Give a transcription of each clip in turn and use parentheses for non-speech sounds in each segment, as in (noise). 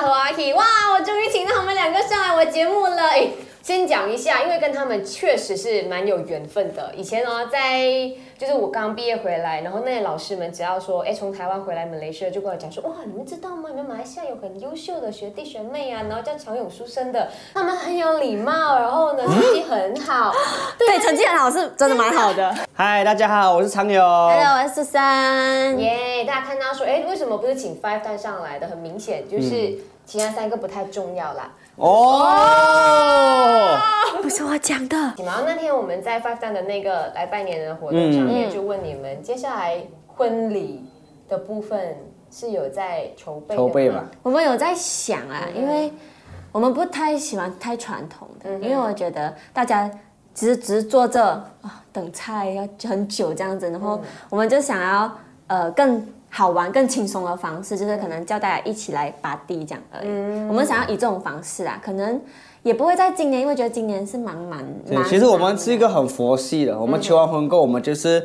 和阿 K，哇，我终于请到他们两个上来我节目了。哎，先讲一下，因为跟他们确实是蛮有缘分的。以前呢，在就是我刚毕业回来，然后那些老师们只要说，哎，从台湾回来马来西亚，就跟我讲说，哇，你们知道吗？你们马来西亚有很优秀的学弟学妹啊，然后叫常勇书生的，他们很有礼貌，然后呢，成绩很好。对，啊成绩很好是真的蛮好的。嗨，大家好，我是常友。 Hello，我是苏珊。耶大家看到说，哎，为什么不是请 Five 带上来的？很明显就是其他三个不太重要啦。哦，不是我讲的，然后那天我们在 Five Down 的那个来拜年的活嗯动上面，就问你们接下来婚礼的部分是有在筹备的吗筹备吧。我们有在想啊，因为我们不太喜欢太传统的，因为我觉得大家只是只是坐这啊等菜要很久这样子，然后我们就想要呃更。好玩、更轻松的方式，就是可能叫大家一起来拔地这样而已。我们想要以这种方式啊，可能也不会在今年，因为觉得今年是蛮蛮。对，蛮嗯其实我们是一个很佛系的，我们求完婚过，我们就是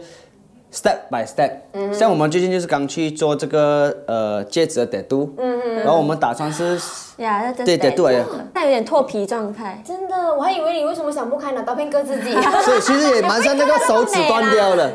step by step。像我们最近就是刚去做这个呃戒指的 tattoo，然后我们打算是呀，对对对，那有点脱皮状态。真的，我还以为你为什么想不开拿刀片割 (laughs) 自己。所以其实也蛮像那个手指断掉了，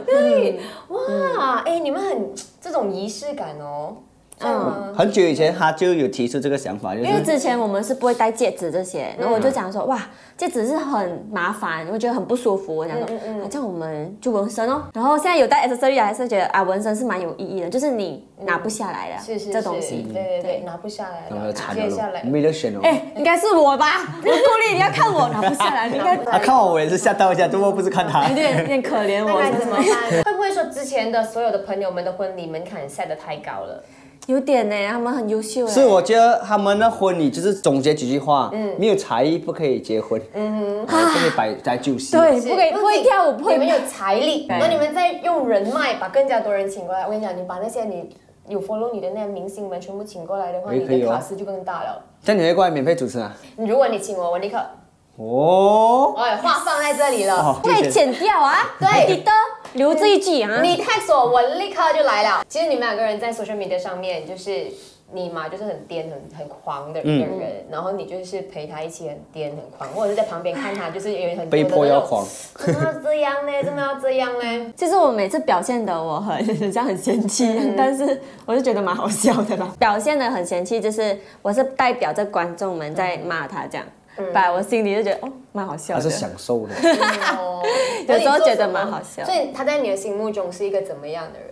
哇，哎、你们很这种仪式感哦。嗯，很久以前他就有提出这个想法，就因为是之前我们是不会戴戒指这嗯些，然后我就讲说，哇，戒指是很麻烦，我觉得很不舒服。我讲说，嗯啊这样我们就纹身哦。然后现在有戴 accessory 啊还是觉得啊，纹身是蛮有意义的，就是你拿不下来的，是是是，这东西。对对对，拿不下来然后了，惨接下呃了来。没得选哦。哎，应该是我吧？我鼓励你要看我拿不下来，你应该他啊看我我也是吓到一下，怎么不是看他有？点有点可怜大我，概是怎么吗？办？会不会说之前的所有的朋友们的婚礼门槛 set 的太高了？有点呢，他们很优秀哎。所以我觉得他们的婚礼就是总结几句话，没有才艺不可以结婚，嗯不可以摆摆酒席。对，不可以是不会跳舞，不会你们有财力，那你们再用人脉把更加多人请过来。我跟你讲，你把那些你有 follow 你的那些明星们全部请过来的话，也你可以哦的卡司就更大了。嗯这样你会过来免费主持啊？如果你请我，我立刻，哦，哎，话放在这里了。哦可以剪掉啊，对你的留这一句啊。你 text 我，我立刻就来了。其实你们两个人在 social media 上面，就是你嘛，就是很癫、很很狂的一个嗯人，然后你就是陪他一起很癫、很狂，或者是在旁边看他，就是有很被迫 (laughs) 要狂，怎么要啊这样呢？怎么要这样呢？其实我每次表现的我很很 (laughs) 像很嫌弃，但是我就觉得蛮好笑的啦。嗯表现的很嫌弃，就是我是代表着观众们在骂他这样，把、我心里就觉得哦蛮好笑他的是。享受的。 (laughs) 哦，有时候觉得蛮好笑所以他在你的心目中是一个怎么样的人？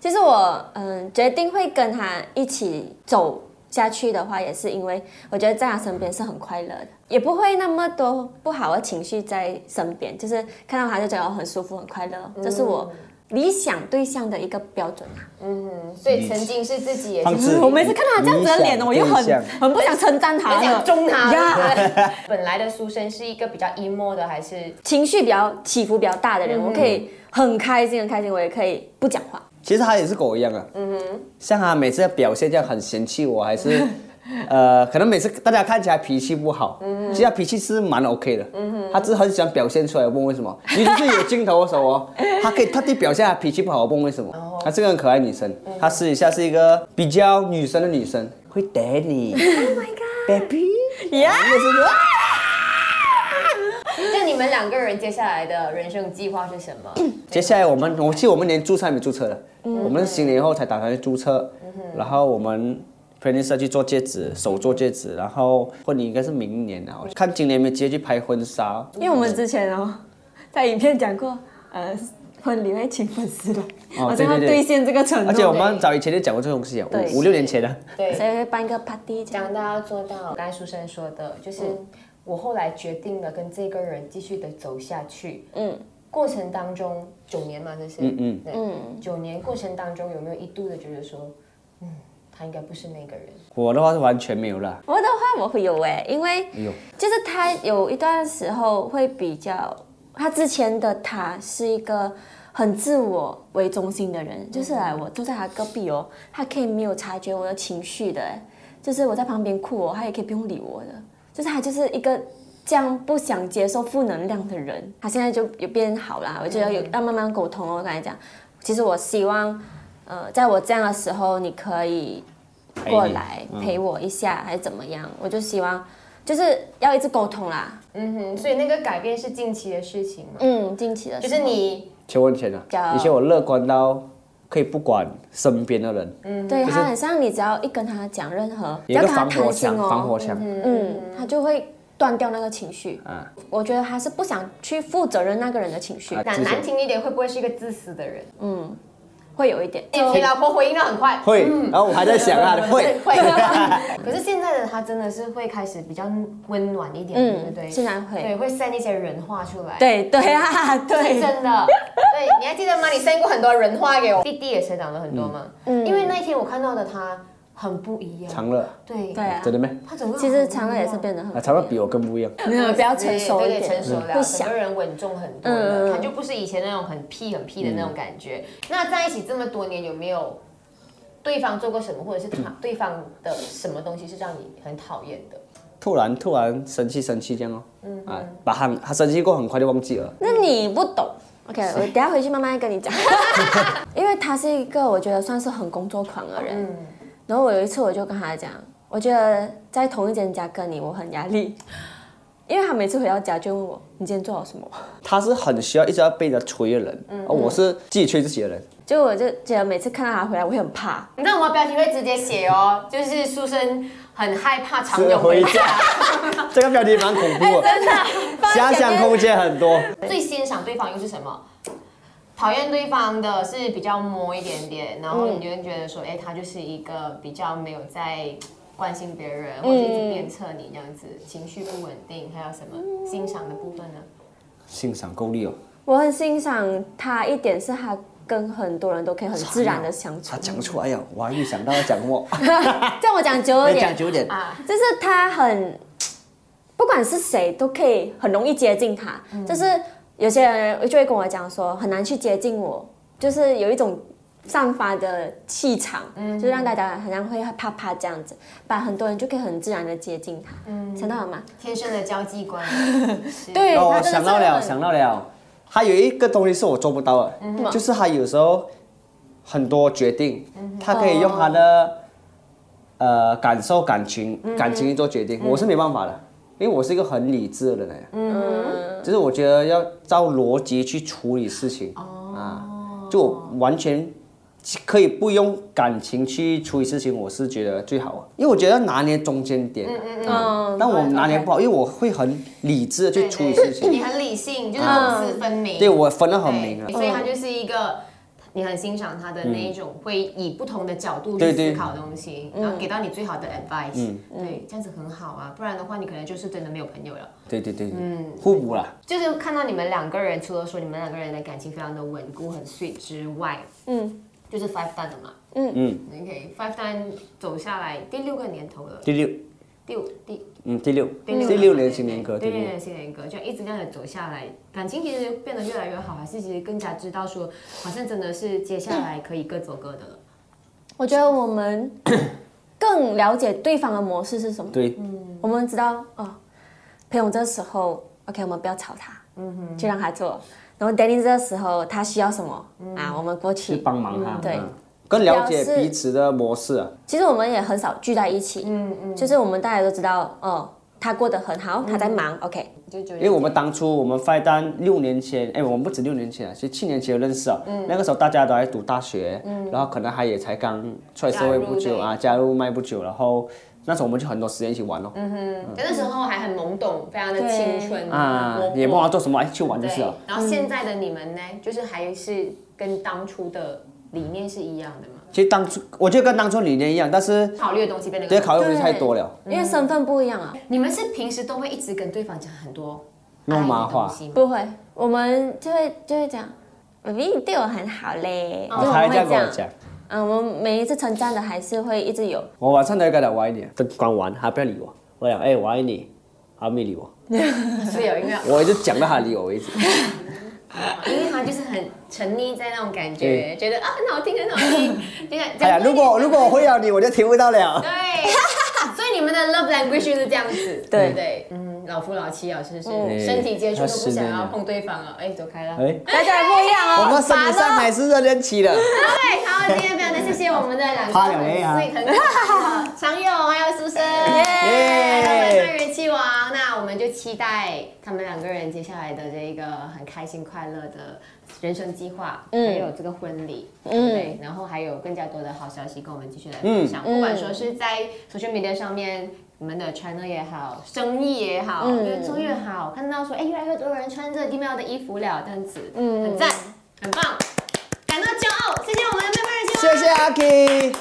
其实我嗯决定会跟他一起走下去的话，也是因为我觉得在他身边是很快乐的，也不会那么多不好的情绪在身边，就是看到他就觉得哦很舒服很快乐，这是我理想对象的一个标准啊。嗯所以曾经是自己也放是置我每次看到他这样子的脸呢，我又理想很很不想称赞他很想了，中他呀对不对 (laughs) 本来的书生是一个比较 emo 的，还是情绪比较起伏比较大的人，我可以很开心很开心，我也可以不讲话。其实他也是跟我一样啊，像他每次表现这样很嫌弃我，还是呃，可能每次大家看起来脾气不好，其实他脾气是蛮 OK 的，他只是很喜欢表现出来，我不问为什么。尤其是有镜头的时候哦，他可以特地表现他脾气不好，我不问为什么。她是个很可爱的女生，她私底下是一个比较女生的女生，会逮你啊，Oh my God，baby，呀、就你们两个人接下来的人生计划是 (coughs) 什么？接下来我们，我记得我们连注册还没注册的，嗯我们是新年后才打算去注册，然后我们 p r e n i s e 去做戒指，手做戒指，然后婚礼应该是明年啊，我看今年有没有直接去拍婚纱。因为我们之前哦，在影片讲过，呃，婚礼会请粉丝来，哦好像要对对对兑现这个承诺，而且我们早以前就讲过这个东西啊，对五五六年前的，对，所以会办一个 party 这样。讲到要做到，刚才书生说的，就是我后来决定了跟这个人继续的走下去。嗯，过程当中九年嘛，这是嗯嗯嗯，九年过程当中有没有一度的觉得说，嗯，他应该不是那个人？我的话是完全没有啦。我的话我会有哎、因为哎呦，就是他有一段时候会比较，他之前的他是一个很自我为中心的人，就是来我坐在他隔壁哦，他可以没有察觉我的情绪的欸，就是我在旁边哭哦，他也可以不用理我的，就是他就是一个。这样不想接受负能量的人，他现在就有变好啦。我觉得有要慢慢沟通哦。我跟他讲，其实我希望，呃，在我这样的时候，你可以陪你过来，陪我一下，还是怎么样？我就希望就是要一直沟通啦。嗯哼，所以那个改变是近期的事情嘛，嗯，近期的就时是候你求婚前有啊，以前我乐观到可以不管身边的人，对他很像你，只要一跟他讲任何，只有要跟一个他防火谈心墙，防火哦，墙。嗯，他就会断掉那个情绪。啊，我觉得他是不想去负责任那个人的情绪啊，难自信难听一点，会不会是一个自私的人？会有一点。哎你老婆回应的很快，嗯会，然后我还在想嗯啊，会，会。可是现在的他真的是会开始比较温暖一点，对不对？嗯，竟然会。对，会 send 一些人话出来。对对啊，对是真的。对，你还记得吗？你 send 过很多人话给我，弟弟也成长了很多嘛。嗯因为那一天我看到的他很不一样。 (laughs) 长乐，对对，啊真，的咩？他整个其实长乐也是变得啊，很长乐比我更不一样。没嗯有比较成熟一对对点，对成熟了，会整想个人稳重很多嗯嗯了。嗯他就不是以前那种很屁很屁的那种感觉。那在一起这么多年，有没有对方做过什么，或者是嗯他对方的什么东西是让你很讨厌的？突然突然生气生气这样哦，啊，把他他生气过很快就忘记了，那你不懂。OK，我等一下回去慢慢跟你讲，因为他是一个我觉得算是很工作狂的人。然后我有一次我就跟他讲，我觉得在同一间家跟你我很压力，因为他每次回到家就问我你今天做了什么，他是很需要一直要被人家催的人，而我是自己催自己的人。就我就觉得每次看到他回来我会很怕，你知道我标题会直接写哦，就是书生很害怕常有回回家家。这个标题蛮恐怖的，遐想空间很多。最欣赏对方又是什么？讨厌对方的是比较磨一点点，然后你就会觉得说，哎、他就是一个比较没有在关心别人，或者一直鞭策你这样子，情绪不稳定，还有什么欣赏的部分呢？欣赏够力哦，我很欣赏他一点是他跟很多人都可以很自然的相处他，讲出来呀，哦我还没想到要讲什么，这样我讲久了要点讲，九点。啊，就是他很，不管是谁都可以很容易接近他。就是有些人就会跟我讲说，很难去接近我，就是有一种散发的气场，就是让大家好像会啪啪这样子，把很多人就可以很自然的接近他。想到了吗？天生的交际 (laughs) 观，是嗯对哦，他真的想到了，是想到了，还有一个东西是我做不到的，嗯就是他有时候很多决定，嗯他可以用他的呃感受、感情、嗯感情去做决定，我是没办法的，因为我是一个很理智的人来的，嗯就是我觉得要照逻辑去处理事情，哦啊，就我完全。可以不用感情去处理事情，我是觉得最好啊，因为我觉得拿捏中间点，啊嗯但我拿捏不好，因为我会很理智的去对处理事情对，。你很理性，就是公私分明。嗯对我分得很明啊对。所以他就是一个。你很欣赏他的那一种，会以不同的角度去对对嗯思考东西，然后给到你最好的 advice，、对，这样子很好啊，不然的话你可能就是真的没有朋友了。对对对，嗯，互补啦。就是看到你们两个人，除了说你们两个人的感情非常的稳固、很 sweet 之外，嗯，就是 five 单了嘛，嗯嗯，OK，five 单走下来第六个年头了，第六，第五第嗯，第六，第六第六年新年歌，对嗯对对对。对，新年歌就一直这样子走下来，感情其实变得越来越好，还是其实更加知道说，好像真的是接下来可以各走各的了。我觉得我们更了解对方的模式是什么。对，我们知道哦，裴勇这时候 OK，我们不要吵他，就让他做。然后 Danny 这时候他需要什么、啊？我们过去。去帮忙他，对嗯，更了解表示彼此的模式啊。其实我们也很少聚在一起，就是我们大家都知道哦，他过得很好，他在忙、OK，就觉得因为我们当初我们发单六年前，哎，我们不止六年前啊，其实七年前就认识啊。那个时候大家都还读大学，然后可能他也才刚出来社会不久啊，加入麦不久，然后那时候我们就很多时间一起玩咯。那时候还很懵懂，非常的青春嗯啊活，泼也不知道做什么，哎，去玩就嗯对是了。。然后嗯现在的你们呢，就是还是跟当初的理念是一样的吗？其实当初我觉得跟当初理念一样，但是考虑的东西变得这更些考虑东西太多了。因为身份不一样啊，你们是平时都会一直跟对方讲很多肉爱麻的话东西吗？不会，我们就会就会讲，baby 你对我很好嘞，哦就他还我这样们跟我会讲，，讲嗯，我们每一次称赞的还是会一直有，我晚上都要跟他玩一点，灯光玩，他不要理我。我讲，哎、我爱你，他没理我，是有因为我一直讲到他理我为止。因为他就是很沉溺在那种感觉，觉得啊很好听，很好听，就想哎呀，如果如果我会了你，我就听不到了。对，所以你们的 love language 就是这样子，对不对？嗯，老夫老妻啊，是不是？嗯身体接触都不那是想的要呀碰对方了，哎，走开了。哎，大家不一样哦， (laughs) 我们身体上还是热恋期的。对，好，今天非常的谢谢我们的两个怕了没啊很 sweet 很可爱的常友还就期待他们两个人接下来的这一个很开心快乐的人生计划，还有这个婚礼，对，然后还有更加多的好消息跟我们继续来分享，不管说是在 social media 上面。你们的 channel 也好，生意也好，越做越好，看到说，哎，越来越多人穿着 d 妙的衣服了，这样子，嗯，很赞，很棒，感到骄傲，谢谢我们的妹妹人谢谢阿 K。